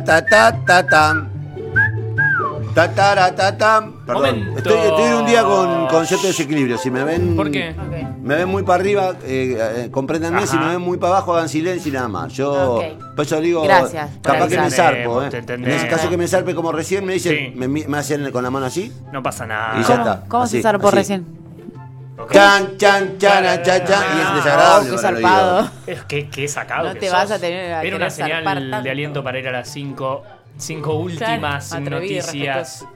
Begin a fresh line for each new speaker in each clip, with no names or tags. Tataratatatatam. Tataratatam. Perdón.
Momento.
Estoy, estoy en un día con, con cierto desequilibrio. Si me ven.
¿Por qué?
Ok.
Me ven muy para arriba, eh, eh, compréndanme.
Ajá.
Si me ven muy para abajo, hagan silencio y nada más. Yo.
Ok.
Por eso digo.
Gracias por
Capaz que me
avisar.
zarpo,
Te
¿eh? En
entendemos.
ese caso que me zarpe como recién, me dicen.
Sí.
Me, me hacen con la mano así.
No pasa nada.
Y ya
¿Cómo,
está,
cómo se
así,
zarpó
así.
recién?
Ok. Ah,
Chan, chan, chan, chan, chan. Y es
Oh,
desagradable.
qué
para el oído.
zarpado.
Es que, que sacado.
No
que
te
sos.
vas a tener- a
Era una
querer zarpar
señal
tanto.
de aliento para ir a las cinco, cinco últimas
atrevido y
noticias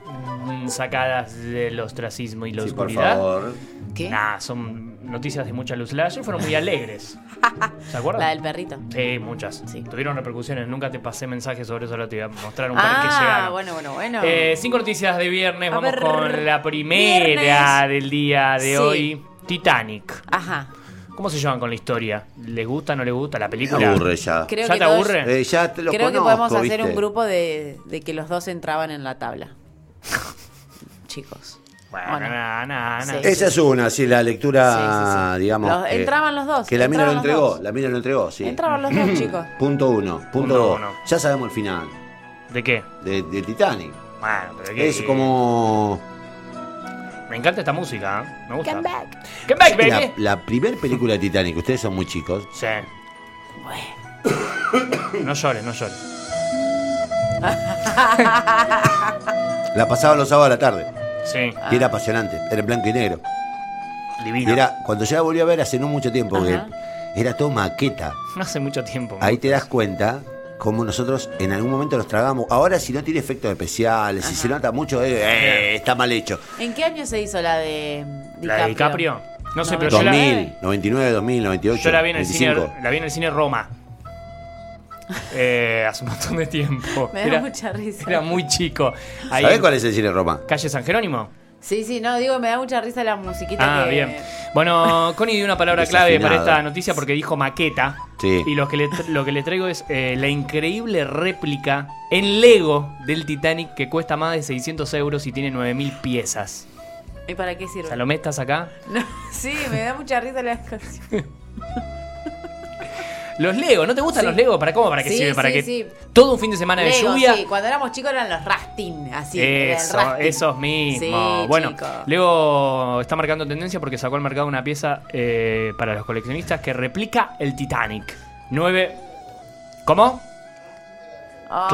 mm, sacadas del ostracismo y la
Sí, por
oscuridad.
favor.
¿Qué?
Nah, son noticias de mucha luz. Las de ayer fueron muy alegres. ¿Se acuerdan?
La del perrito.
Sí, muchas.
Sí.
Tuvieron repercusiones. Nunca te pasé mensajes sobre eso. Ahora te voy a mostrar un par que
Ah,
llegaron.
bueno, bueno, bueno.
Eh, cinco noticias de viernes.
A
Vamos
ver,
con la primera del día de
Sí.
hoy. Titanic.
Ajá.
¿Cómo se llevan con la historia? ¿Les gusta o no les gusta la
Me
película?
aburre ya.
Creo
¿Ya
que
te
todos-
aburre?
Eh, ya te lo
Creo que
conozco,
podemos hacer
¿viste?
un grupo de, de que los dos entraban en la tabla. Chicos.
Bueno,
Bueno.
na, na, na.
Sí.
Esa es una, sí, la lectura,
Sí, sí, sí.
digamos. eh,
Los- entraban los dos,
Que la mina lo
entraban los
entregó,
dos.
la mina lo entregó, sí.
Entraban los dos, chicos.
Punto uno. Punto,
Punto
dos.
uno.
Ya sabemos el final
¿De qué?
de, de Titanic.
Bueno, pero ¿qué?
Es como
Me encanta esta música, ¿eh? me gusta.
Come back.
Come back,
la,
baby.
la primer película de Titanic. Ustedes son muy chicos.
Sí.
Bueno.
No llores, no llores.
La pasaban los sábados a la tarde.
Sí.
Y
Ah.
era apasionante. Era en blanco y negro. Y
Divino.
era, cuando yo la volví a ver hace no mucho tiempo,
Ajá.
que era todo maqueta.
No hace mucho tiempo.
Ahí te das cuenta cómo nosotros en algún momento los tragamos. Ahora si no tiene efectos especiales, si se nota mucho, eh, eh, está mal hecho.
¿En qué año se hizo la de DiCaprio?
¿La de DiCaprio? No sé, pero yo la,
2000, 99, 2000, 98,
yo la vi en el
25.
cine. La vi en el cine Roma. Eh, hace un montón de tiempo.
Me da
era,
mucha risa.
era muy chico. Ahí
¿Sabés
en
cuál es el cine Roma?
Calle San Jerónimo.
Sí, sí, no, digo, me da mucha risa la musiquita
Ah,
que...
bien. Bueno, Connie dio una palabra clave para
Desafinada.
esta noticia porque dijo maqueta.
Sí.
Y lo que le, lo que le traigo es eh, la increíble réplica en Lego del Titanic que cuesta más de 600 euros y tiene 9000 piezas.
¿Y para qué sirve?
Salomé, ¿estás acá?
No, sí, me da mucha risa la canción.
Los Lego, ¿no te gustan
Sí.
los Lego? ¿Para cómo? ¿Para qué
Sí,
sirve? ¿Para
sí,
que
sí.
todo un fin de semana de
Lego,
lluvia?
sí, cuando éramos chicos eran los Rastin, así. era el
Eso,
Rastin.
esos mismos.
Sí,
bueno,
chico.
Lego está marcando tendencia porque sacó al mercado una pieza eh, para los coleccionistas que replica el Titanic. 9. ¿Cómo?
Ah,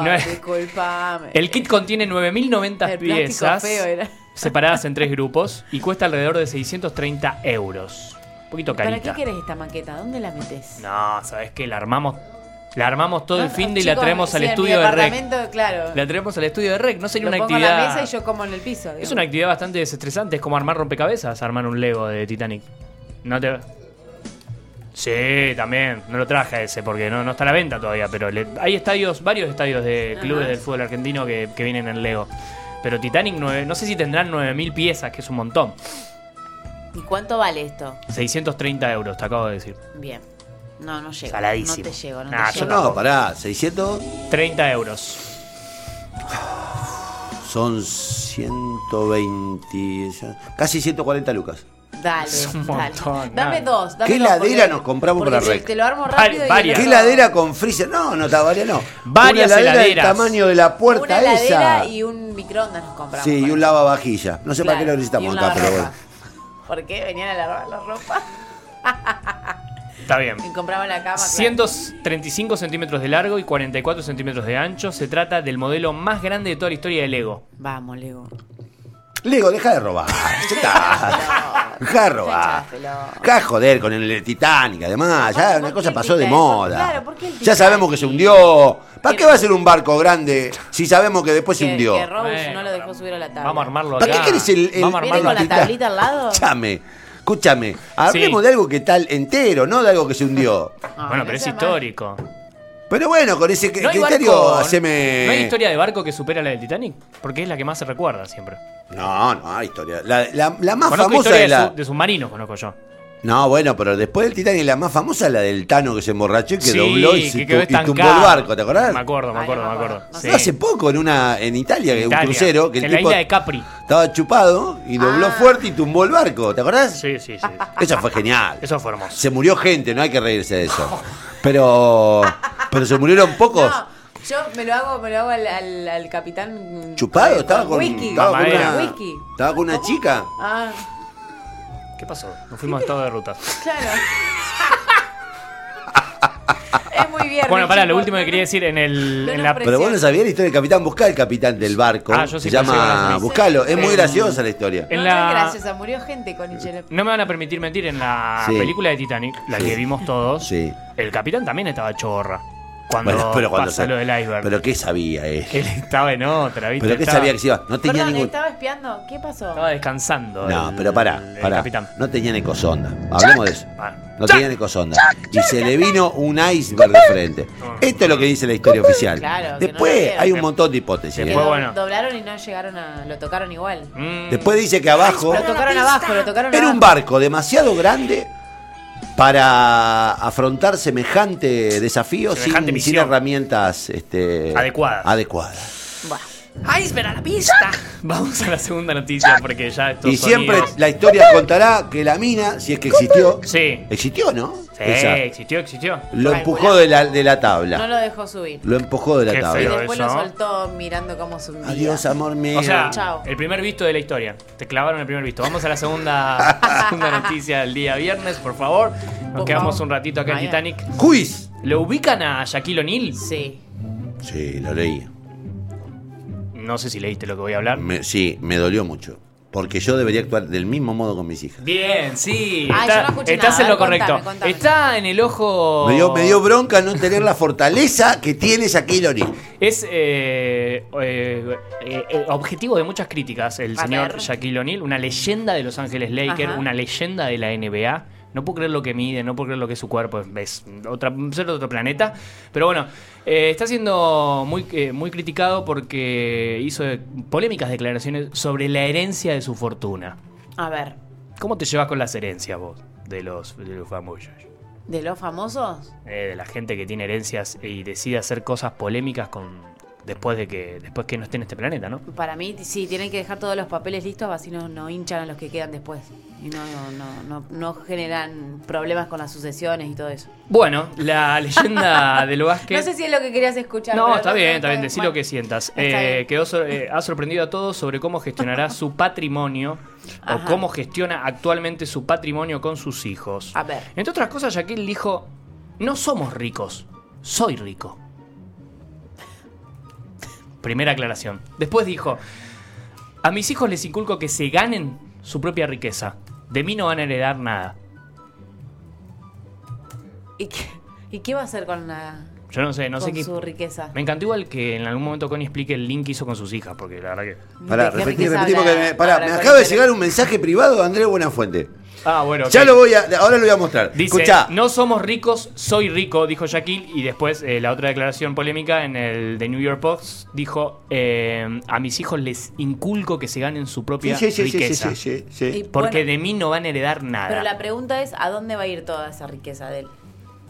claro. No es-
Disculpame.
El kit contiene 9.090
El plástico
piezas
feo era.
separadas en tres grupos y cuesta alrededor de 630 euros. Un poquito
¿Para
carita.
qué querés esta maqueta? ¿Dónde la metes?
No, ¿sabes qué? La armamos, la armamos todo el fin de y la
Chicos,
traemos al
sí, en mi
estudio de Rec.
departamento, Claro.
La traemos al estudio de Rec. No sería
Lo
una
pongo
actividad...
en la mesa y yo como en el piso.
Es
digamos.
una actividad bastante desestresante. Es como armar rompecabezas, armar un Lego de Titanic. No te... Sí, también. No lo traje ese porque no, no está a la venta todavía. Pero le- hay estadios, varios estadios de clubes del fútbol argentino que, que vienen en Lego. Pero Titanic, nueve- no sé si tendrán 9.000 piezas, que es un montón.
¿Y cuánto vale esto?
630 euros, te acabo de decir.
Bien. No, no llego.
Saladísimo.
No te llego, no
Nah,
te
yo
Yo
llego.
no, pará, 600
30 euros.
son 120, ya- casi 140 lucas.
Dale,
Es un
dale.
montón,
Dame
dale.
dos. Dame
¿Qué
dos,
heladera
porque-
nos compramos
porque
para
si
Rec?
te lo armo
Var-
rápido. y
varias.
¿Qué
el otro-
heladera con freezer? No, no, Tabaria no.
Varias
Una heladera del
heladeras.
tamaño de la puerta
Una heladera
esa.
y un microondas nos compramos.
sí, y un
lado
lavavajilla. No sé para qué lo necesitamos acá, pero bueno.
¿Por qué? Venían a lavar la ropa.
Está bien.
Y compraban la cama. claro.
135 centímetros de largo y 44 centímetros de ancho. Se trata del modelo más grande de toda la historia de Lego.
Vamos, Lego.
Lego, deja de robar. Ya está. Deja de robar.
Echátelo.
Deja de joder con el Titanic, además.
Aparte,
Ya
¿por
una
qué
cosa
el
pasó de
Titanic?
moda.
Claro, ¿por qué el
ya
Titanic?
sabemos que se hundió. ¿Para qué va a ser un barco grande si sabemos que después se
Que-
hundió?
Que Rose no
Bueno,
lo dejó
pero
subir a la tabla.
Vamos a armarlo acá.
¿Para qué querés el, el-
Vamos a armarlo
¿Viene con la
acá.
Tita-
tablita al lado?
Escuchame, escúchame. Hablemos
Sí.
de algo que tal entero, no de algo que se hundió.
Ah,
Bueno,
no
pero es
sea mal.
histórico.
Pero bueno, con ese
hay
criterio
barco-
haceme.
¿No hay historia de barco que supera la del Titanic? Porque es la que más se recuerda siempre.
No, no hay historia. La, la- la más
Conozco
famosa
historia
de
de,
la.
su- de submarinos, conozco yo.
No, bueno, pero después del Titanic la más famosa es la del Tano que se emborrachó y que
Sí,
dobló y, se
que
tu-
quedó
y tumbó
estancado.
el barco, ¿te acordás?
Me acuerdo, me
Ay,
acuerdo,
no
me
me
acuerdo.
acuerdo.
Sí.
Hace poco en una en Italia, que
Italia,
Eh, un crucero que el
en la
tipo
isla de Capri.
estaba chupado y dobló
Ah.
fuerte y tumbó el barco, ¿te acordás?
Sí, sí, sí.
Eso fue genial.
Eso fue hermoso.
Se murió gente, no hay que reírse de eso. Pero pero se murieron pocos.
No, yo me lo hago, me lo hago al, al- al capitán.
Chupado, estaba con,
whisky.
estaba con
Mamadera.
una,
Whisky.
estaba con una chica.
Ah,
¿Qué pasó? Nos fuimos a estado de ruta.
claro. es muy bien.
Bueno, pará, lo
chicos.
último que quería decir en el.
No
En
nos
la,
pre-
Pero vos no sabías la historia del capitán, buscá el capitán del barco.
Ah, yo sí
se
pensé que era
llama
así.
Buscalo, es muy
Sí.
graciosa la historia.
No,
en
no
la-
es graciosa, murió gente con Michelle.
no me van a permitir mentir, en la
Sí.
película de Titanic, la
Sí.
que vimos todos,
Sí.
el capitán también estaba chorra. Cuando,
Bueno, pero cuando
pasa
se-
lo del iceberg.
Pero qué sabía él.
Él estaba en otra, ¿viste?
Pero qué
Estaba-
sabía que se iba. No tenía
Perdón,
ningún.
estaba espiando. ¿Qué pasó?
Estaba descansando.
No,
el-
pero pará,
el
pará.
capitán.
No tenían ecosonda. Hablemos de eso.
Ah.
No tenían ecosonda. Y se le vino un iceberg de frente.
Ah.
Esto es lo que dice la historia oficial.
Uh, Claro, que no
Después
lo veo.
hay un montón de hipótesis.
Que
¿eh?
Después,
do-
bueno.
Doblaron y no llegaron a. Lo tocaron igual.
Mm,
Después dice que abajo
Lo tocaron abajo, lo tocaron
era
abajo.
un barco demasiado grande para afrontar semejante desafío sin-
Semejante
sin,
misión.
herramientas este,
Adecuadas.
adecuadas.
¡Iceberg a la pista!
Vamos a la segunda noticia porque ya estos
Y siempre
sonidos-
la historia contará que la mina, si es que existió,
Sí.
existió, ¿no?
Sí,
Esa.
existió, existió.
Lo empujó de la, de la tabla.
No lo dejó subir.
Lo empujó de la
Qué
Y
feo.
tabla.
después
eso.
lo soltó mirando cómo subía.
Adiós, amor mío.
O sea,
Chao.
el primer visto de la historia. Te clavaron el primer visto. Vamos a la segunda, segunda noticia del día viernes, por favor. Nos
Por
quedamos
favor.
un ratito acá en
Vaya.
Titanic.
quiz.
¿Lo ubican a Shaquille O'Neal?
Sí.
Sí, lo leí.
No sé si leíste lo que voy a hablar.
Me- sí, me dolió mucho. Porque yo debería actuar del mismo modo con mis hijas.
Bien, sí.
Ay,
está-
yo no escuché
estás
nada.
en lo
A ver,
correcto.
contame, contame.
Está en el ojo.
Me dio, me dio bronca no tener la fortaleza que tiene Shaquille O'Neal.
Es eh, eh, eh, eh, objetivo de muchas críticas el
A
señor
ver.
Shaquille O'Neal, una leyenda de Los Ángeles Lakers,
Ajá.
una leyenda de la NBA. No puedo creer lo que mide, no puedo creer lo que es su cuerpo, es- es otra, un ser de otro planeta. Pero bueno, eh, está siendo muy, eh, muy criticado porque hizo eh, polémicas declaraciones sobre la herencia de su fortuna.
A ver,
¿Cómo te llevas con las herencias vos de los, de los famosos?
¿de los famosos?
eh, de la gente que tiene herencias y decide hacer cosas polémicas con después de que después que no esté en este planeta, ¿no?
Para mí, sí, tienen que dejar todos los papeles listos, así no, no hinchan a los que quedan después. Y no, no, no, no, no generan problemas con las sucesiones y todo eso.
Bueno, la leyenda del básquet.
No sé si es lo que querías escuchar.
No,
pero
está bien, está bien,
bueno.
decí lo que sientas.
Está
Eh,
bien.
quedó sor- eh, ha sorprendido a todos sobre cómo gestionará su patrimonio o
Ajá.
cómo gestiona actualmente su patrimonio con sus hijos.
A ver.
Entre otras cosas, Shaquille dijo, no somos ricos, soy rico. Primera aclaración. Después dijo, a mis hijos les inculco que se ganen su propia riqueza. De mí no van a heredar nada.
¿Y qué, y qué va a hacer con, la,
Yo no sé, no sé
con
qué...
su riqueza?
Me encantó igual que en algún momento Connie explique el link que hizo con sus hijas, porque la verdad que...
Pará,
¿De qué
repetí,
riqueza
repetí,
habla-
porque me, pará,
habla
me
con
acaba de
el-
llegar un mensaje privado de Andrés Buenafuente.
Ah, bueno.
Ya
ok.
lo voy a, ahora lo voy a mostrar.
Dice,
Escuchá.
no somos ricos, soy rico, dijo Shaquille. Y después eh, la otra declaración polémica en el The New York Post dijo, eh, a mis hijos les inculco que se ganen su
Sí,
propia
sí, sí, sí,
riqueza.
sí, sí, sí.
Y-
Porque
Bueno.
de mí no van a heredar nada.
Pero la pregunta es, ¿a dónde va a ir toda esa riqueza de él?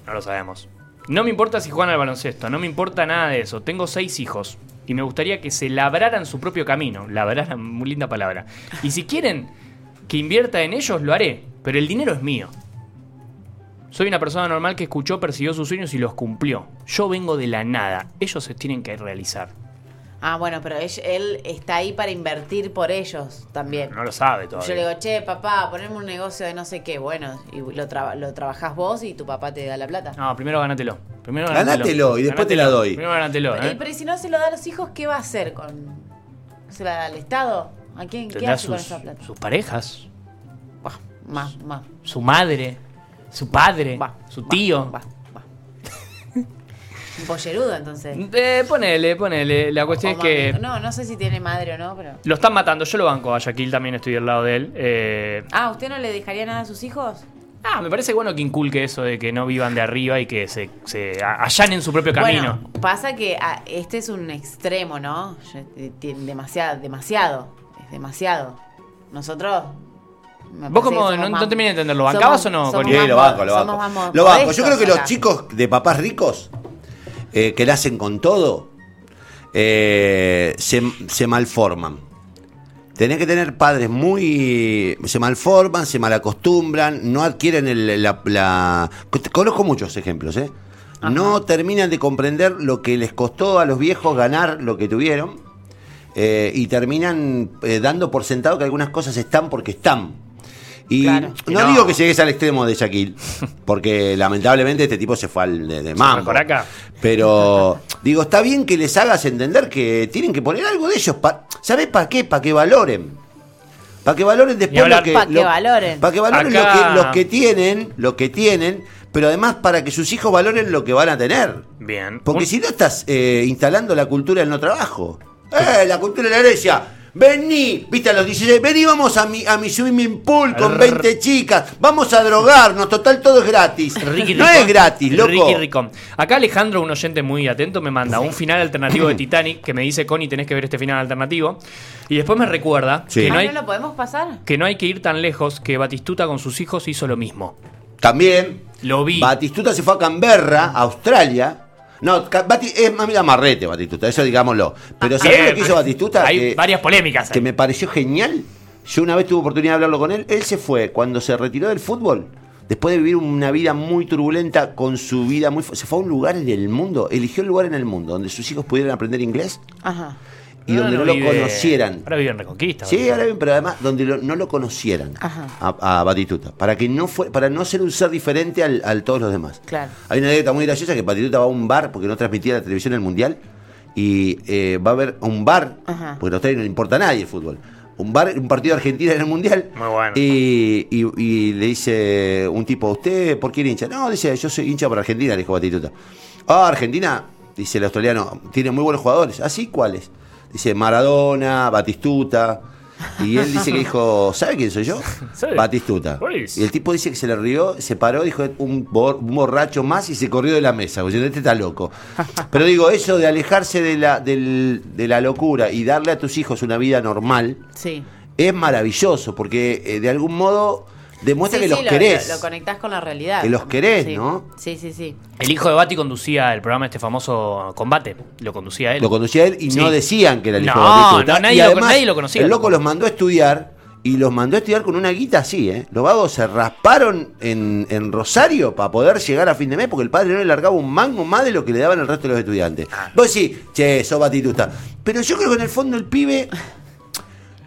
No lo sabemos. No me importa si juegan al baloncesto, no me importa nada de eso. Tengo seis hijos y me gustaría que se labraran su propio camino. Labraran, muy linda palabra. Y si quieren que invierta en ellos, lo haré, pero el dinero es mío. Soy una persona normal que escuchó, persiguió sus sueños y los cumplió. Yo vengo de la nada. Ellos se tienen que realizar.
Ah, bueno, pero él, él está ahí para invertir por ellos también.
No lo sabe
Yo le
todavía.
digo, che, papá, poneme un negocio de no sé qué. Bueno, y lo, traba- lo trabajás vos y tu papá te da la plata.
No, primero ganátelo. Primero
Ganátelo y después te la doy.
Primero ganátelo,
Pero-
¿eh?
y- pero si no se lo da a los hijos, ¿qué va a hacer con...? ¿Se la da al Estado? ¿A quién? ¿Qué
Tendrá
hace con
sus,
esa plata?
sus parejas,
Buah, más, más.
su madre, su padre,
va,
su
va,
tío.
va, va. Un pollerudo, entonces.
Eh, ponele, ponele. La cuestión
O
es que
mami. Oh, No, no sé si tiene madre o no, pero...
lo están matando. Yo lo banco a Shaquille, también estoy al lado de él. Eh,
Ah, ¿usted no le dejaría nada a sus hijos?
ah, me parece bueno que inculque eso de que no vivan de arriba y que se, se a- allanen su propio camino.
Bueno, pasa que ah, este es un extremo, ¿no? Yo- eh, tiene Demasiado, demasiado, es demasiado. Nosotros Me
Vos
parece
como-
que somos
no-
más-
no terminé de entenderlo, ¿bancabas o no,
somos
Cori?
Sí,
más
lo banco,
mod-
lo
somos más
banco.
mod-
Lo banco. Yo
modestos
creo que los
acá.
chicos de papás ricos eh, que nacen con todo eh, se, se malforman. Tenés que tener padres muy. se malforman, se malacostumbran, no adquieren el- la, la- Conozco muchos ejemplos, ¿eh? No terminan de comprender lo que les costó a los viejos ganar lo que tuvieron eh, y terminan eh, dando por sentado que algunas cosas están porque están. Y
Claro.
no,
No.
digo que llegues al extremo de Shaquille, porque lamentablemente este tipo se fue al de, de mambo.
por acá.
Pero digo, está bien que les hagas entender que tienen que poner algo de ellos. Pa, ¿Sabés para qué? Para que valoren. Para que valoren después
hablar.
lo que.
Pa' que valoren.
Para que valoren lo
Acá-
que, los que tienen, lo que tienen, pero además para que sus hijos valoren lo que van a tener.
Bien.
Porque
Un-
si no estás eh, instalando la cultura del no trabajo. ¡Eh! La cultura de la herencia. Vení, viste a los 16, vení, vamos a mi, a mi swimming pool con 20 chicas, vamos a drogarnos, total todo es gratis.
Ricky
no
Ricón.
es gratis, loco.
Ricky Ricón. Acá Alejandro, un oyente muy atento, me manda un final alternativo de Titanic que me dice, Connie, tenés que ver este final alternativo. Y después me recuerda
Sí.
que,
Ah,
no
¿no
hay,
lo podemos pasar?
que no hay que ir tan lejos que Batistuta con sus hijos hizo lo mismo.
También,
Lo vi.
Batistuta se fue a Canberra, a Australia. No, Ca- Bati- es más bien amarrete Batistuta, eso digámoslo. Pero ¿sabés
Bien.
lo que hizo Batistuta?
Ah, eh, Hay
Que-
varias polémicas. ahí.
que me pareció genial. Yo una vez tuve oportunidad de hablarlo con él. Él se fue cuando se retiró del fútbol. Después de vivir una vida muy turbulenta con su vida muy... fu- Se fue a un lugar en el mundo, eligió el lugar en el mundo donde sus hijos pudieran aprender inglés
Ajá.
y
Ah,
donde no, lo
vive-
conocieran.
Ahora vive en Reconquista.
Sí,
Batistuta.
ahora bien, pero además donde lo- no lo conocieran
Ajá.
a, a Batistuta, para que no fue, para no ser un ser diferente al, al todos los demás.
Claro.
Hay una anécdota muy graciosa que Batistuta va a un bar porque no transmitía la televisión el mundial y eh, va a ver un bar
Ajá.
porque a Australia no le importa a nadie el fútbol. Un bar, un partido de Argentina en el mundial.
Muy bueno.
Y, y- y le dice un tipo, ¿usted por qué era hincha? No, dice, yo soy hincha por Argentina, le dijo Batistuta. Ah, Argentina, dice el australiano, tiene muy buenos jugadores. ¿Así cuáles? Dice Maradona, Batistuta. Y él dice que dijo, ¿sabe quién soy yo?
Sí.
Batistuta.
Pues.
Y el tipo dice que se le rió, se paró, dijo un, bor- un borracho más y se corrió de la mesa. Oye, este está loco. Pero digo, eso de alejarse de la, del- de la locura y darle a tus hijos una vida normal
Sí.
es maravilloso porque eh, de algún modo demuestra
Sí,
que
sí,
los
lo,
querés.
Lo, lo conectás con la realidad.
Que los querés,
Sí.
¿no?
Sí, sí, sí.
El hijo de Bati conducía el programa este famoso combate. Lo conducía él.
Lo conducía él y
Sí.
no decían que era el hijo
No,
de Batistuta.
no, nadie
Y
lo- nadie lo conocía.
El loco los mandó a estudiar y los mandó a estudiar con una guita así, ¿eh? Los vagos se rasparon en, en Rosario para poder llegar a fin de mes porque el padre no le largaba un mango más de lo que le daban el resto de los estudiantes.
Ah.
Vos sí, che, sos Batistuta. Pero yo creo que en el fondo el pibe.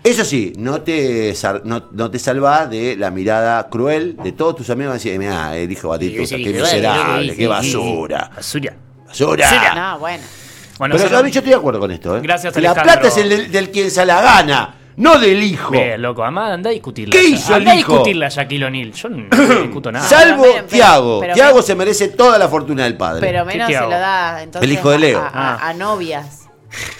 Eso sí, no te, sal- no, no te salvás de la mirada cruel de todos tus amigos. Decir, mira, el hijo de Batistuta,
Sí, sí,
qué
sí,
miserable,
sí, sí,
qué
sí,
basura.
Basura.
Basura.
Basura.
No, bueno.
Bueno,
Pero
eso-
a mí yo estoy de acuerdo con esto. ¿eh?
Gracias,
La
Alejandro.
plata es el del, del quien se la gana, no del hijo.
Bien, loco, además anda a discutirla.
¿Qué hizo
Andá
el hijo?
a discutirla, Shaquille O'Neal. Yo no discuto nada.
Sal-
Salvo
Pero, pero, pero,
Tiago.
pero-
Tiago se merece toda la fortuna del padre.
Pero menos
¿Qué
se
hago?
lo da entonces
El hijo de
a-
Leo.
A, a-
Ah.
a novias.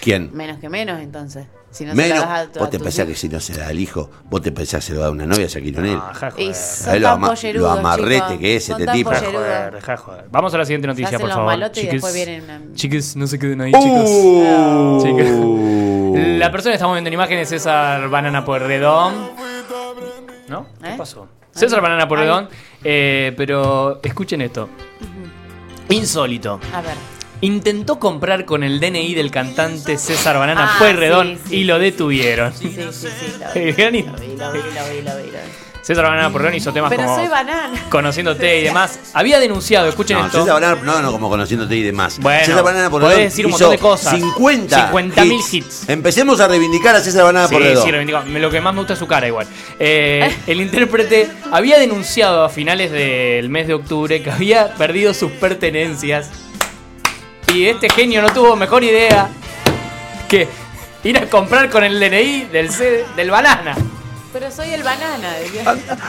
¿Quién?
Menos que menos, entonces. Si no
Menos.
se lo das a tu- a
vos te
tus
pensás que
hijos.
si no se la da al hijo, vos te pensás que se lo da a una novia, Shaquille O'Neal.
No, Ah, dejá de
Y
joder.
Ahí
son
lo
tan
ama- lo
pollerudos,
amarrete
chicos.
que es este
Son tan
tipo.
Dejá de
pollerudos.
joder, dejá de joder. Vamos a la siguiente noticia,
Se hacen
por
los
favor.
malotes y después vienen, um,
Chiques, no se queden ahí,
Uh.
chicas. La persona que estamos viendo en imágenes es César Banana Puerredón. ¿No? ¿Qué
¿Eh?
pasó? César Banana Puerredón. eh, pero escuchen esto. Insólito.
A ver.
Intentó comprar con el DNI del cantante César Banana
Ah,
Pueyrredón
sí, sí,
y lo detuvieron.
Sí, sí, sí. sí lo
El
vi,
gran
lo vi, lo vi, lo vi, lo vi, lo vi.
César Banana Pueyrredón hizo temas
Pero
como
soy banana.
Conociéndote y demás. Había denunciado, escuchen
No,
esto.
César Banana, no, no, como conociéndote y demás.
Bueno,
César Banana por
podés
Redón
decir un montón
hizo
de cosas.
50
50.000
hits.
hits.
Empecemos a reivindicar a César Banana
Sí,
Ah, por Redón.
sí, reivindicó. Me- lo que más me gusta es su cara igual. Eh, el intérprete había denunciado a finales del mes de octubre que había perdido sus pertenencias. Y este genio no tuvo mejor idea que ir a comprar con el DNI del, C- del banana.
Pero soy el banana. decía.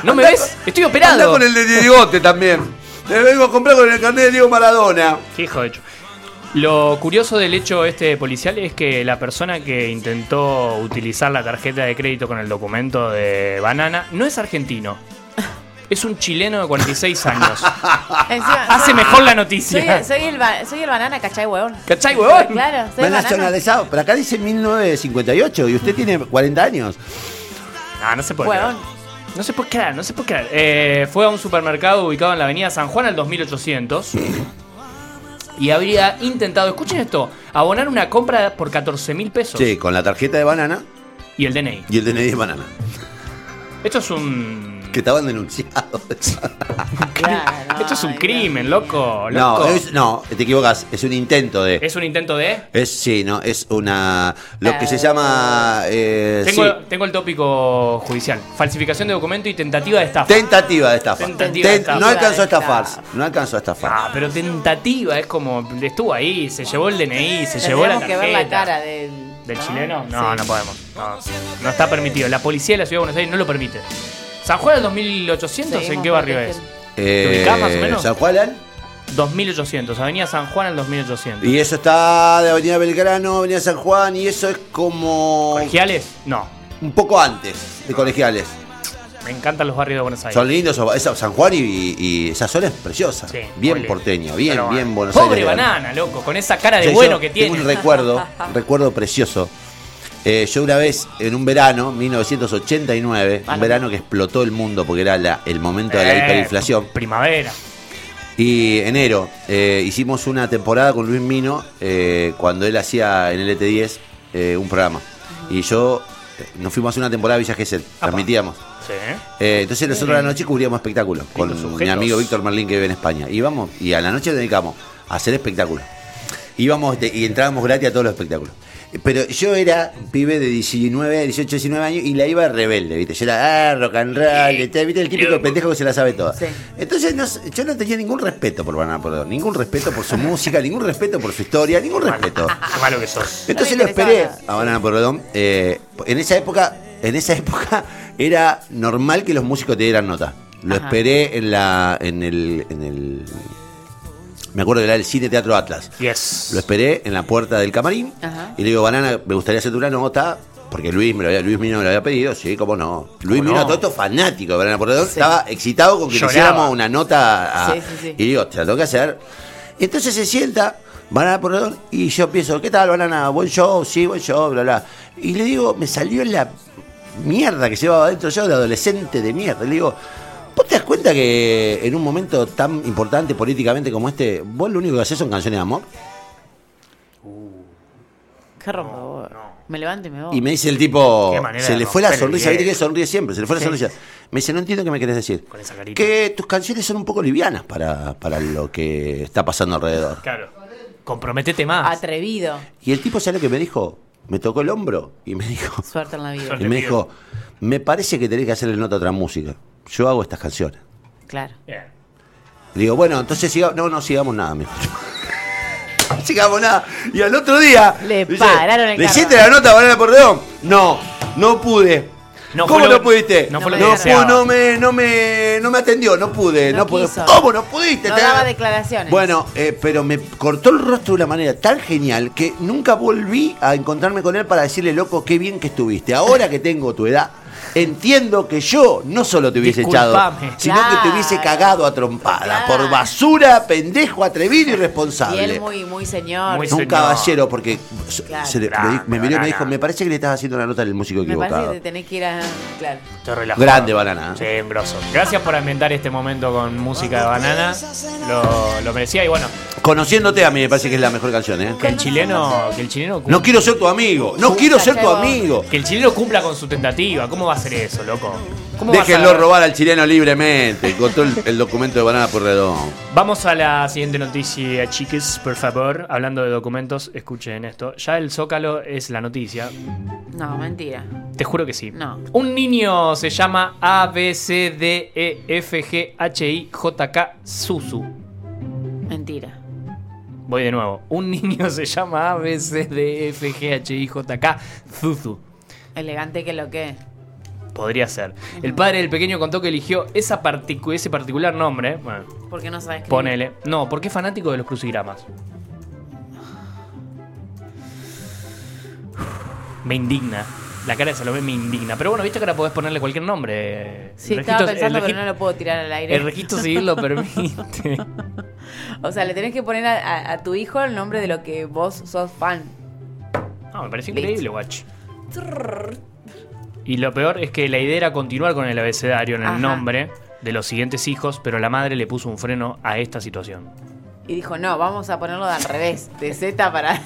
¿No me
Andá
ves? Estoy
Andá
operado.
con el de Diegote también. Te vengo a comprar con el carnet de Diego Maradona.
Qué hijo de hecho. Lo curioso del hecho este policial es que la persona que intentó utilizar la tarjeta de crédito con el documento de banana no es argentino. Es un chileno de 46 años.
Encima,
Hace
soy-
mejor la
Soy,
noticia.
soy el, ba- soy el banana, ¿cachai, huevón?
¿Cachai, huevón?
Claro, soy
Me han
el banana.
nacionalizado, pero acá dice 1958 y usted tiene 40 años.
Ah, no se puede.
Huevón.
creer. No se puede creer, no se puede creer. Eh, fue a un supermercado ubicado en la avenida San Juan al 2800 y habría intentado, escuchen esto, abonar una compra por 14 mil pesos
Sí, con la tarjeta de banana
y el DNI.
y el DNI de banana.
Esto es un...
Que estaban denunciados.
Claro,
Esto es un
ay,
crimen, loco.
No,
loco.
es- Eh, no, te equivocas. Es un intento de.
Es un intento de...
Es, sí, no, es una. Lo que se
Eh.
llama. eh,
Ah. Tengo,
sí,
tengo el tópico judicial. Falsificación de documento y tentativa de estafa.
tentativa de estafa.
Tentativa de estafa.
No alcanzó a
Tentativa de
estafar. No alcanzó a estafar.
Ah, pero tentativa es como... Estuvo ahí, se llevó el DNI, se llevó la
Tendríamos
tarjeta.
que ver la cara del.
¿Del
¿no?
chileno? No,
Sí.
no podemos. No, no está permitido. La policía de la ciudad de Buenos Aires no lo permite. ¿San Juan del 2800? ¿En
Seguimos
qué barrio es?
protegiendo.
Eh,
ubicás más o menos?
¿San Juan?
2800, Avenida San Juan al 2800.
Y eso está de Avenida Belgrano, Avenida San Juan, y eso es como.
¿Colegiales? No.
Un poco antes
Ah.
de colegiales.
Me encantan los barrios de Buenos Aires.
Son lindos, esos- esa- San Juan y, y esa zona es preciosa.
Sí, muy
bien
lindo.
porteño, bien,
Pero,
bien Buenos
Pobre
Aires.
banana, loco, con esa cara de
Sí,
bueno
yo
que
tengo
tiene.
Un recuerdo, un recuerdo precioso. Eh, yo una vez, en un verano, 1989, un
Vale.
verano que explotó el mundo porque era la- el momento de la
Eh,
hiperinflación,
Primavera.
y enero, eh, hicimos una temporada con Luis Mino eh, cuando él hacía en LT10 eh, un programa. Y yo, eh, nos fuimos a una temporada a Villa Gesell,
Apa.
transmitíamos.
Sí.
Eh, entonces nosotros a la noche cubríamos espectáculos con
Lindos
mi
sujetos.
amigo Víctor Merlín que vive en España. Íbamos y a la noche nos dedicamos a hacer espectáculos. Íbamos de- y entrábamos gratis a todos los espectáculos. Pero yo era un pibe de 19, 18, 19 años y la iba rebelde, ¿viste? Yo era ah, rock and roll, ¿viste? ¿Viste? El típico pendejo que se la sabe toda.
Sí.
Entonces no s- yo no tenía ningún respeto por Banana Perdón, ningún respeto por su música, ningún respeto por su historia, ningún respeto.
Qué malo que sos.
Entonces lo
No me
esperé
interesaba.
a Banana Ah, Perdón. Eh, en esa época, en esa época era normal que los músicos te dieran nota. Lo
Ajá.
esperé en la. en el. en el. Me acuerdo que era el Cine Teatro Atlas.
Yes.
Lo esperé en la puerta del camarín
Ajá.
y le digo, Banana, me gustaría hacerte una nota. Porque Luis, me lo había, Luis Mino me lo había pedido, sí, cómo no. Luis
¿Cómo
Mino,
no?
todo esto fanático de Banana Perdón,
Sí.
estaba excitado con que le
Lloraba.
hiciéramos una nota. a-
Sí, sí, sí.
Y digo, te la tengo que hacer. Entonces se sienta, Banana Perdón, y yo pienso, ¿qué tal, Banana? Buen show, sí, buen show, bla, bla. Y le digo, me salió la mierda que llevaba adentro yo de adolescente de mierda. Le digo, ¿vos te das cuenta que en un momento tan importante políticamente como este, vos lo único que haces son canciones de amor?
Qué rompo, vos. Me levanto y me voy.
Y me dice el tipo,
Qué manera
se
de
le fue la
romper el
sonrisa, viste que
hielo.
sonríe siempre, se le fue la
Sí.
sonrisa. Me dice, no entiendo qué me querés decir.
Con esa carita.
Que tus canciones son un poco livianas para, para lo que está pasando alrededor.
Claro. Comprometete
Ah.
más.
Atrevido.
Y el tipo, ¿sabe lo que me dijo? Me tocó el hombro y me dijo,
Suerte en la vida.
Suerte.
y me dijo, me parece que tenés que hacerle nota a otra música. Yo hago estas canciones.
Claro.
Bien.
Le digo, bueno, entonces sigamos, no, no sigamos nada, mijo. No sigamos nada. Y al otro día.
Le pararon el
¿Le
carro".
hiciste la nota para el acordeón? No, no pude.
No
¿Cómo
fue lo-
no pudiste?
no
fue lo
no,
que deseaba.
pu- no me, no me, no me atendió, no pude, no,
No
pude.
quiso.
¿Cómo no pudiste?
No
Te-
daba declaraciones.
Bueno, eh, pero me cortó el rostro de una manera tan genial que nunca volví a encontrarme con él para decirle, loco, qué bien que estuviste. Ahora que tengo tu edad, entiendo que yo no solo te hubiese
Disculpame.
echado, sino que te hubiese
Claro.
cagado a trompada
Claro.
por basura, pendejo, atrevido y
Y
responsable.
él muy, muy señor.
Muy
un
señor.
caballero, porque so-
Claro.
se le- me di-
Grande,
me miró y me
banana.
dijo, me parece que le estás haciendo la nota del músico
me parece
equivocado.
que te tenés que ir a. Claro.
Estoy relajado.
Grande banana,
Sí, un grosso. Gracias por ambientar este momento con música de banana. Lo, lo merecía y bueno,
Conociéndote a mí me parece que es la mejor canción, ¿eh?
que el chileno, que el chileno cum-
No quiero ser tu amigo, no quiero ser tu
llegó.
amigo.
que el chileno cumpla con su tentativa. ¿Cómo va a ser eso, loco? ¿Cómo vas a-
Déjenlo robar al chileno libremente. Encontró el, el documento de Banana por redón.
Vamos a la siguiente noticia, chiques, por favor. Hablando de documentos, escuchen esto. Ya el Zócalo es la noticia.
No, mentira.
Te juro que sí.
No.
Un niño se llama A, B, C, D, E, F, G, H, I, J, K, Susu.
Mentira.
Voy de nuevo. Un niño se llama A, B, C, D, E, F, G, H, I, J, K, Susu.
Elegante que lo que.
Podría ser. El padre del pequeño contó que eligió esa particu- ese particular nombre. Bueno,
Porque no sabes qué.
ponele. No, porque es fanático de los crucigramas. Me indigna. La cara de Salomé me indigna. Pero bueno, viste que ahora podés ponerle cualquier nombre. El
Sí,
registro-
estaba
el
pensando,
registro-
pero no lo puedo tirar al aire.
El registro civil lo permite.
O sea, le tenés que poner a, a- a tu hijo el nombre de lo que vos sos fan.
No, me parece increíble, guacho. Y lo peor es que la idea era continuar con el abecedario en el
Ajá.
nombre de los siguientes hijos, pero la madre le puso un freno a esta situación.
Y dijo, no, vamos a ponerlo de al revés, de Z para,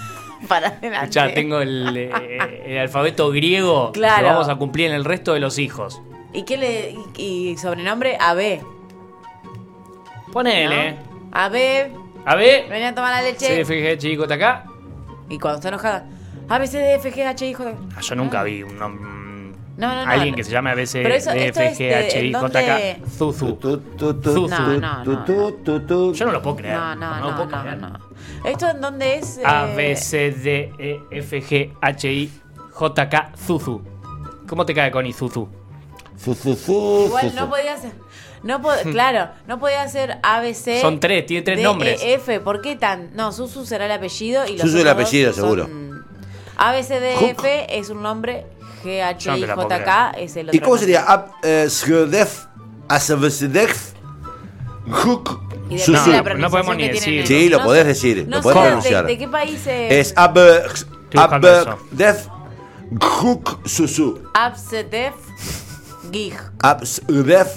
para adelante.
Ya tengo el, eh, el alfabeto griego, lo
Claro.
vamos a cumplir en el resto de los hijos.
¿Y qué le y, y sobrenombre? AB. ¿no?
Ponele.
AB,
A ver.
venía a tomar la leche.
CFG, chico, está acá.
Y cuando está enojada, A, B, C, D, F, G, H, I, J.
Ah, Yo nunca vi un nom-
No, no, no.
alguien que se llame a veces
Pero eso- esto es de- ¿en dónde?
DFGHIJK
Tu,
Zuzu.
tu, tu, tu,
Zuzu.
tu,
No, no,
tu,
no,
tu, tu, tu.
Yo no lo puedo creer.
No, no,
lo
no,
puedo
no,
creer.
no, ¿Esto en dónde es? eh?
A, B, C, D, E, F, G, H, I, J, K, Zuzu. ¿Cómo te cae con Izuzu?
Zu, zu, zu,
Igual
zu,
no
zu.
podía ser. No po- claro, no podía ser ABC.
Son tres, tiene tres
D,
nombres.
E, F, ¿por qué tan? No, Susu será el apellido y los
Susu el
otros dos
apellido,
son-
seguro. Hook.
ABCDF E, es un nombre,
Yo no te la puedo
GHIJK es el otro.
¿Y cómo
nombre.
sería? Ab, eh, sgdef, asabsdef, juk,
Y
zu,
depende
zu.
de la
No,
pronunciación
podemos
que
ni
tienen
decirlo.
ellos.
Sí, lo
No
podés
sé-
decir,
no
lo podés
sé de-
pronunciar.
¿De, qué país es?
Es ab, ab,
buscando eso.
def, juk, susu.
ABCDF GIG.
Absdef,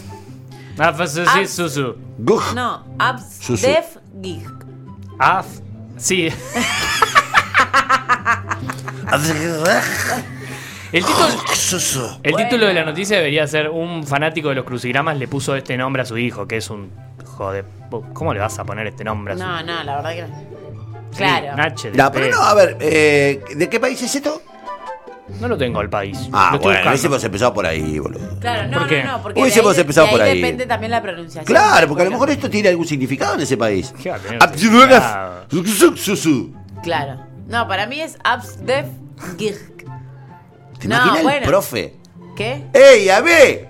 Af, S,
Ah.
S, Zuzu.
guj.
No, ABCDF GIG.
Af. Ah, Sí.
absdef,
El título,
susu.
el
Bueno.
título de la noticia debería ser un fanático de los crucigramas le puso este nombre a su hijo, que es un... Joder, ¿cómo le vas a poner este nombre a su
No, no, la verdad que no.
Sí, un
Claro.
H de
No,
P.
pero no, a ver, eh, ¿de qué país es esto?
No lo tengo al país.
Ah,
Lo
bueno,
estoy buscando.
hubiésemos empezado por ahí, boludo.
Claro, no,
¿Por qué?
no, no, porque
Hubiésemos
de ahí-
empezado
de
pues, por ahí.
depende también la pronunciación.
Claro, porque a lo mejor esto tiene algún significado en ese país.
¿Qué va a tener
Absdef,
significado?
zuk, susu.
Claro. No, para mí es ABCDF GIG.
¿Te
No,
imaginas el
bueno.
profe?
¿Qué?
¡Ey, a ver!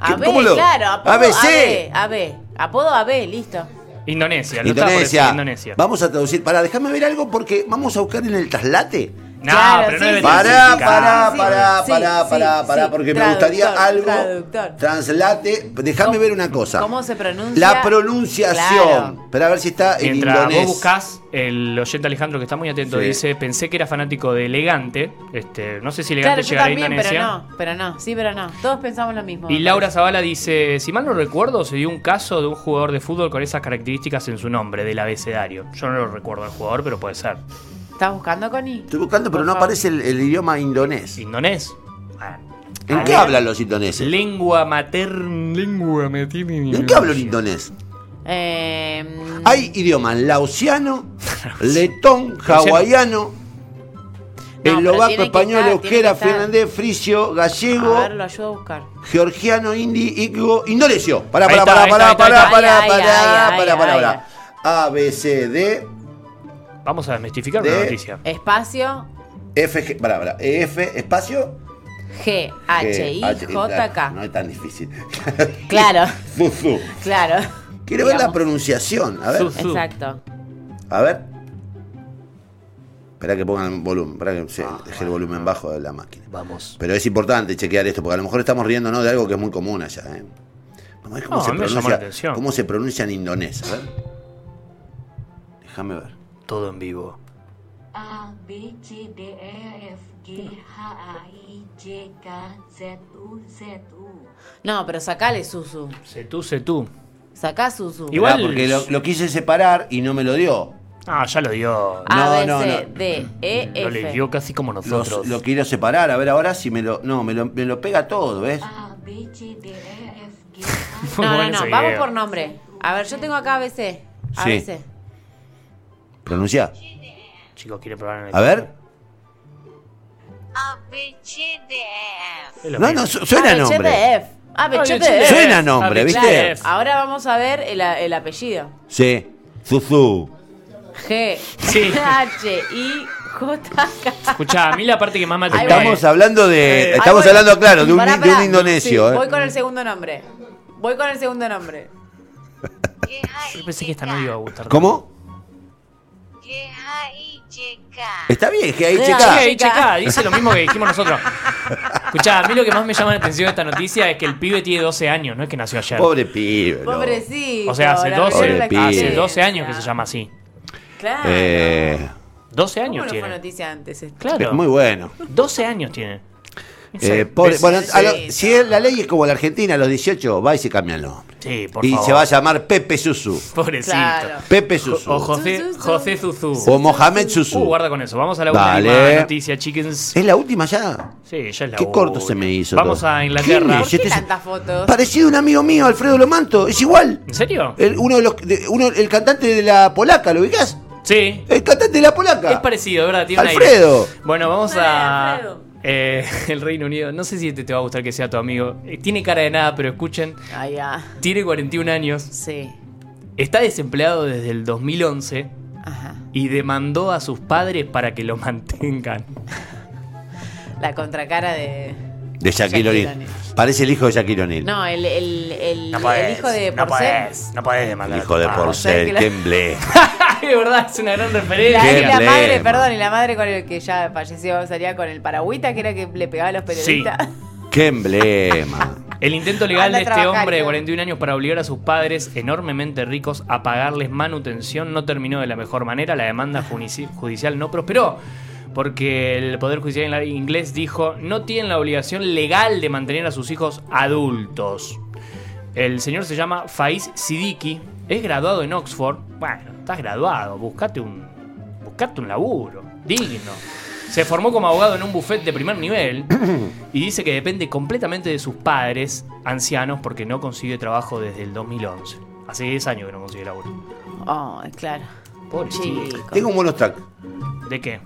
A B,
¿Cómo lo-
claro, apodo
ABC.
AB, AB, apodo AB, listo.
Indonesia, lo estaba por decir,
Indonesia.
Indonesia.
Vamos a traducir. Pará, déjame ver algo porque vamos a buscar en el traslate.
No,
Claro,
pero
sí,
no debe
sí,
tener
Pará,
significado.
pará, pará,
Sí, sí,
pará,
sí,
pará,
sí.
pará, porque me
Traductor,
gustaría algo.
traductor.
Translate. Déjame ver una cosa.
¿Cómo se pronuncia?
La pronunciación.
Claro.
Pero a ver si está en
Mientras vos
indonés.
buscás, el oyente Alejandro, que está muy atento,
Sí.
dice: Pensé que era fanático de elegante. Este, no sé si elegante
Claro, yo
llegará a
también,
Indonesia.
pero no, pero no, sí, pero no. Todos pensamos lo mismo.
Y
me
Laura
parece.
Zavala dice: Si mal no recuerdo, se dio un caso de un jugador de fútbol con esas características en su nombre, del abecedario. Yo no lo recuerdo al jugador, pero puede ser.
¿Estás buscando, Connie?
Estoy buscando, pero
Por
no
favor.
aparece el, el idioma indonés.
Indonés. Ah,
¿En
A
qué
ver.
hablan los indoneses?
Lengua materna. Lengua materna.
¿En qué hablan indonés?
Eh,
Hay idiomas laosiano, letón, hawaiano,
pero
eslovaco,
tiene que
español,
estar,
euskera,
tiene que estar.
finlandés, frisio, gallego.
a ver, lo ayudo a buscar.
Georgiano, indi, igbo, indonesio. Pará,
Ahí
pará,
está,
pará,
ahí está,
pará,
ahí
pará, pará,
está.
pará,
Ay, ay,
pará,
ay,
pará,
ay,
pará. A, B, C, D,
Vamos a desmistificar una
De-
noticia.
Espacio
F, G, pará, pará, F, espacio.
G H I
G, H,
J
No
K.
es tan difícil.
Claro,
Zuzu.
claro.
Quiero ver la
Digamos.
pronunciación. A ver,
Zuzu.
Exacto.
a ver. Esperá que pongan el volumen, esperá que se-
Ah,
deje el volumen bajo de la máquina.
Vamos.
Pero es importante chequear esto, porque a lo mejor estamos riéndonos de algo que es muy común allá. ¿eh? Vamos a ver cómo,
No,
se
a mí me llamó la
pronuncia,
atención.
cómo se pronuncia en indonés. A ver. Déjame ver.
Todo en vivo.
A B C D E F G H A I J K Z U Z U
No, pero sacale Susu.
Sé tú, sé tú.
Sacá Susu.
Igual-
Mirá, porque lo, lo quise separar y no me lo dio.
Ah, ya lo dio.
A
no,
B
no,
C
no.
D E
Lo le
F.
dio casi como
Los-
nosotros.
lo quiero separar, a ver ahora si me lo. No, me lo, me lo pega todo, ¿ves?
A B C D E F G H
Muy
No, no,
bueno
no,
ese
vamos
video.
por nombre. A ver, yo tengo acá ABC. ABC.
Pronuncia.
Chicos, quiere probar en el
A ver.
A B C D E F
Es lo
No,
mismo.
no, su-
Ah,
suena nombre.
ABCDF. ABCDF.
ABCDF.
Suena nombre, ¿viste?
ABCDF.
Ahora vamos a ver el, el apellido.
Sí. Zuzu.
G
Sí.
H I J K.
Escuchá, a mí la parte que más me atendió
Estamos hablando de.
Eh,
Estamos
Ay, voy-
hablando, claro, de un,
Pará,
de un
pará.
indonesio.
Sí,
¿eh?
Voy con el segundo nombre. Voy con el segundo nombre.
G H
Yo pensé que esta no iba a gustar.
¿Cómo?
G H I J K
Está bien, que ahí
Sí,
checa.
Che, checa, dice lo mismo que dijimos nosotros. Escuchá, a mí lo que más me llama la atención de esta noticia es que el pibe tiene 12 años, no es que nació ayer.
Pobre pibe. ¿no?
Pobrecito.
o sea, hace
la
12,
Pobre
verdad que
pibe.
hace
sí.
12 años que se llama así.
Claro.
Eh,
12
¿Cómo
años
no fue
tiene.
noticia antes? esto?
es
Claro.
muy bueno.
12 años tiene.
Eh,
Sí,
pobre-
ves-
bueno, a lo-
sí,
si es- la ley es como la Argentina, a los 18 va y se cambia el nombre.
Sí, por
y
favor.
se va a llamar Pepe Susu.
Pobrecito.
Claro.
Pepe
Jo- O
Susu.
José,
Zuzú.
José Zuzú.
O Mohamed Susu.
Uh, guarda con eso. Vamos a la última
Dale.
noticia, chickens.
¿Es la última ya?
Sí, ya es la
Qué corto se me hizo
Vamos
todo.
a Inglaterra.
¿Quién
¿Por
Yo
qué
te-
tantas fotos?
Parecido a un amigo mío, Alfredo Lomanto. Es igual.
¿En serio?
El, uno de los, de- uno, el cantante de la polaca, ¿lo ubicás?
Sí.
El cantante de la polaca.
Es parecido, ¿verdad? Tiene un aire.
Alfredo.
Bueno, vamos
Eh,
a.
Alfredo.
eh, el Reino Unido. No sé si este te va a gustar que sea tu amigo. Eh, Tiene cara de nada, pero escuchen.
Ay, ah,
Tiene 41 años.
sí.
Está desempleado desde el 2011
Ajá.
y demandó a sus padres para que lo mantengan.
La contracara de...
De Shaquille O'Neal. Parece el hijo de Shaquille O'Neal.
No, el, el, el, el hijo de
no
Porcel.
podés, no podés demandar.
el hijo de
¿sabes que
Porcel.
la-
Qué emblema.
de verdad, es una gran
La,
Qué
y la
referencia.
emblema.
madre, perdón, y la madre con el que ya falleció salía con el paragüita, que era que le pegaba a los
Sí.
periodistas.
Qué emblema.
El intento legal
Anda
de
a
este
trabajar,
hombre de
Iván.
41 años para obligar a sus padres enormemente ricos a pagarles manutención no terminó de la mejor manera. La demanda junici- judicial no prosperó porque el Poder Judicial inglés dijo no tienen la obligación legal de mantener a sus hijos adultos. El señor se llama Faiz Siddiqui, es graduado en Oxford. Bueno, estás graduado, buscate un, buscate un laburo digno. Se formó como abogado en un buffet de primer nivel y dice que depende completamente de sus padres ancianos porque no consigue trabajo desde el 2011. Hace 10 años que no consigue laburo.
Oh, claro.
Pobrecito.
Chico.
Tengo un bonus track.
¿De qué?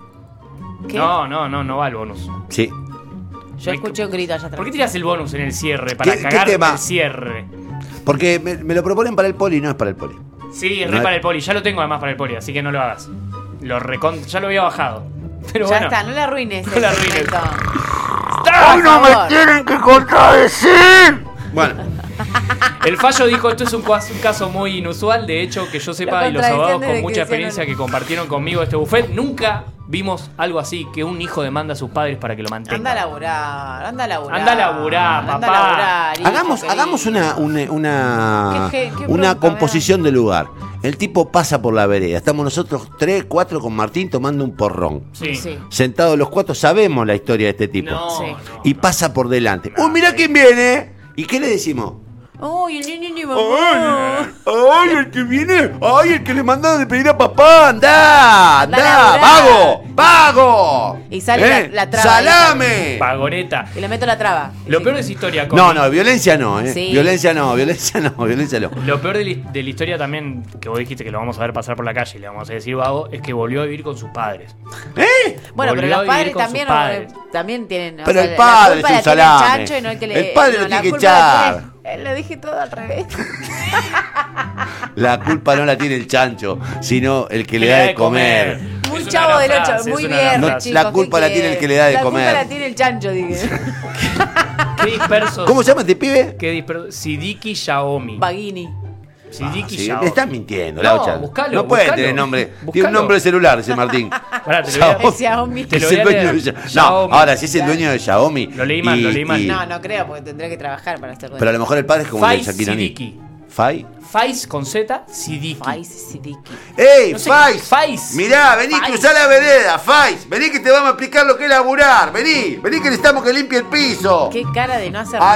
¿Qué?
No, no, no, no va el bonus.
Sí.
Yo escuché un grito allá atrás.
¿Por qué tiras el bonus en el cierre? Para
¿Qué- qué
cagar
tema?
el cierre.
Porque me, me lo proponen para el poli, no es para el poli.
Sí, es
No
re
es-
para el poli. Ya lo tengo además para el poli, así que no lo hagas. Lo recon... Ya lo había bajado. Pero
ya
bueno.
está, no la arruines.
No
el
la arruines.
segmento.
¡Ah!
Por favor.
que contradecir! Bueno,
El fallo dijo, esto es un, cuas- un caso muy inusual, de hecho, que yo sepa,
La
y los abogados
contradicción
con
de
mucha
que
experiencia que
hicieron-
compartieron conmigo este buffet, nunca vimos algo así, que un hijo demanda a sus padres para que lo mantengan.
Anda a laburar, anda a laburar.
Anda a laburar,
Anda a
papá.
laburar, hijo
hagamos,
querido.
hagamos una, una, una,
Qué- qué- qué
una
bronca,
composición de lugar. El tipo pasa por la vereda. Estamos nosotros tres, cuatro con Martín tomando un porrón.
Sí.
Sí.
Sentados los cuatro sabemos la historia de este tipo.
No,
Sí.
no,
y
no.
pasa por delante. ¡Uy, mirá quién viene! ¿Y qué le decimos?
Uy, el niño ni mamá.
¡Ay, el que viene! ¡Ay, el que le mandaron de pedir a papá! ¡Andá!
Dale,
¡Andá!
dale.
¡Vago! ¡Vago! ¿Eh?
Y sale la- la traba.
¡Salame!
Pagoneta.
Y le meto la traba.
Lo peor de esa historia, Coqui,
No, no, violencia no, ¿eh?
Sí.
Violencia no, violencia no, violencia no.
Lo peor de, la- de la historia también, que vos dijiste que lo vamos a ver pasar por la calle y le vamos a decir vago, es que volvió a vivir con sus padres.
¿Eh?
Bueno, pero
Volvió a
los
vivir
padres
con sus
también, eh,
padres.
también tienen. o
Pero
sea,
el padre
la
es un
culpa la tiene
salame.
Chancho y no el que le.
El padre
no,
lo
la
tiene que
culpa la
echar.
tiene- Él lo dije todo al revés.
La culpa no la tiene el chancho, sino el que le da de comer.
Muy
Es una
chavo
gran
del 8.
frase,
Muy
es una gran
bien,
No,
frase.
chicos.
la culpa
¿qué
la tiene
quieren?
el que le da de comer.
La culpa la tiene el chancho, dije.
Qué dispersos.
¿Cómo se llama este pibe?
Qué dispersos. Sidiki Yaomi.
Baguini.
Sidiki
Ah, Sí,
Yaomi.
le estás mintiendo,
Ah, No,
Laucha.
buscalo,
no puede
buscalo.
tener nombre. Tiene
Buscalo.
un nombre de celular, dice Martín.
Pará, te lo voy a-
Xiaomi.
Ese Xiaomi.
Te lo
Es
voy
el
a
dueño
leer.
de- No,
Xiaomi.
ahora si es el dueño de Xiaomi.
Lo leí mal,
y-
lo leí mal.
y-
No, no creo, porque tendría que trabajar para hacer
Pero a lo mejor el padre es como el de
Faiz
Shaquille
Siddiqui.
O'Neal. ¿Fai?
Faiz con Z, Sidiki.
Ay, Sidiki.
¡Ey,
No sé,
Faiz!
Faiz.
Mirá, vení,
Faiz.
cruzá la vereda, Faiz. Vení que te vamos a explicar lo que es laburar. Vení, vení que necesitamos que limpie el piso.
Qué cara de no hacer nada.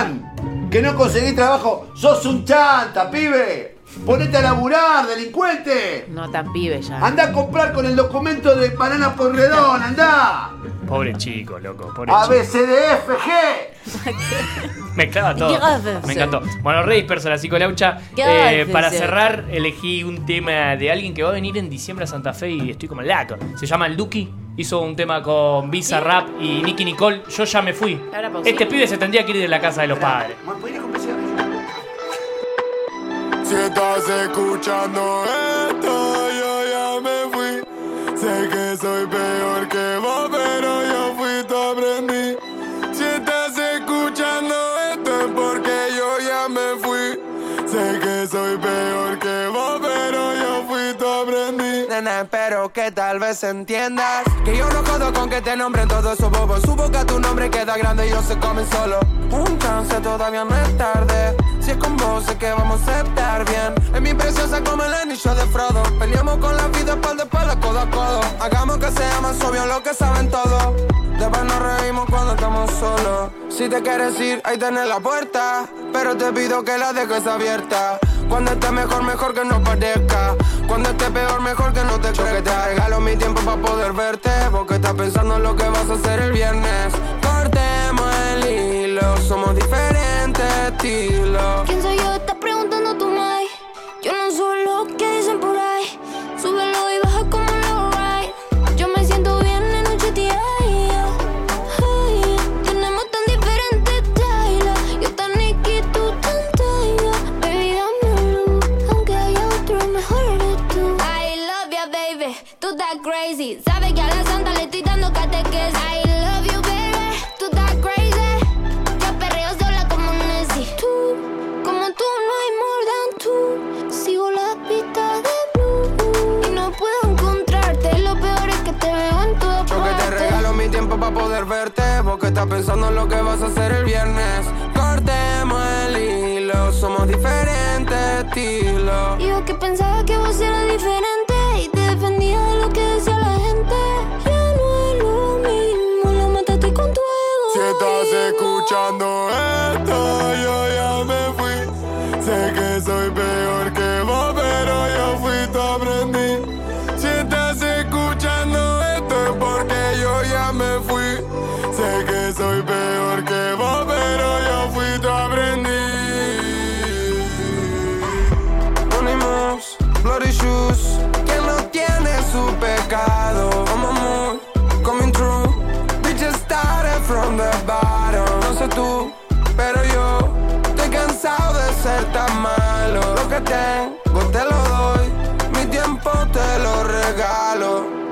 ¡Aragán! Que no conseguís trabajo. ¡Sos un chanta, pibe! ¡Ponete a laburar, delincuente!
No tan pibe ya.
Andá a comprar con el documento de Banana Porredón, andá.
Pobre chico, loco. Pobre
A, B,
chico.
C, D, E F, G.
Mezclaba todo.
¿Qué haces?
Me encantó. Bueno, re dispersa la psicolaucha.
¿Qué
Eh,
haces?
para cerrar, elegí un tema de alguien que va a venir en diciembre a Santa Fe y estoy como laco. Se llama El Duki. Hizo un tema con Visa Rap y Nicky Nicole. Yo ya me fui.
Ahora pausa.
Este pibe se tendría que ir de la casa de los padres.
Si estás escuchando esto, yo ya me fui. Sé que soy peor que vos, pero yo fui tu aprendí. Si estás escuchando esto es porque yo ya me fui. Sé que soy peor que vos, pero yo fui tu aprendí.
Nena, espero que tal vez entiendas Que yo no jodo con que te nombren todos esos bobos Supo que tu nombre queda grande y ellos se comen solo Un chance todavía no es tarde Si es con vos sé que vamos a estar bien Es mi preciosa como el anillo de Frodo Peleamos con la vida espalda a espalda, codo a codo Hagamos que sea más obvio lo que saben todos Después nos reímos cuando estamos solos Si te quieres ir, ahí tenés la puerta. Pero te pido que la dejes abierta. Cuando esté mejor, mejor que no parezca. Cuando esté peor, mejor que no te crezca. Yo que te regalo mi tiempo para poder verte. Porque estás pensando en lo que vas a hacer el viernes. Cortemos el hilo, somos diferentes estilos.
¿Quién soy yo? Estás preguntando tu mai. Yo no soy lo que dicen por ahí. Súbelo y baja como lo right. Yo me siento bien en un GTA. Ay, tenemos tan diferentes styles. Yo tan Nicky, tú tan Tyga. Baby, dame luz, aunque haya otro mejor eres tú. I love ya, baby, tú estás crazy. Sabes que a la santa le estoy dando catequesis. I love you, baby, tú estás crazy. Yo perreo sola como Nessie. Tú, como tú, no hay more than tú. Sigo las pistas de blue y no puedo encontrarte. Lo peor es que te veo en todas
Yo que te
partes.
regalo mi tiempo para poder verte. Porque estás pensando en lo que vas a hacer el viernes. Cortemos el hilo, somos diferentes estilos.
Yo que pensaba que vos eras diferente y te defendía de lo que decía la gente. Ya no es lo mismo, la mataste con tu ego.
Si estás escuchando esto, yo ya me fui. Sé que soy peor que vos, pero yo fui tu aprendí. Si estás escuchando esto es porque yo ya me fui. Sé que soy peor que vos, pero yo fui tu aprendí.
Anonymous, bloody shoes, que no tiene su pecado. I'm a moon, coming true. We just started from the bottom. No sé tú, pero yo estoy cansado de ser tan malo. Lo que tengo te lo doy, mi tiempo te lo regalo.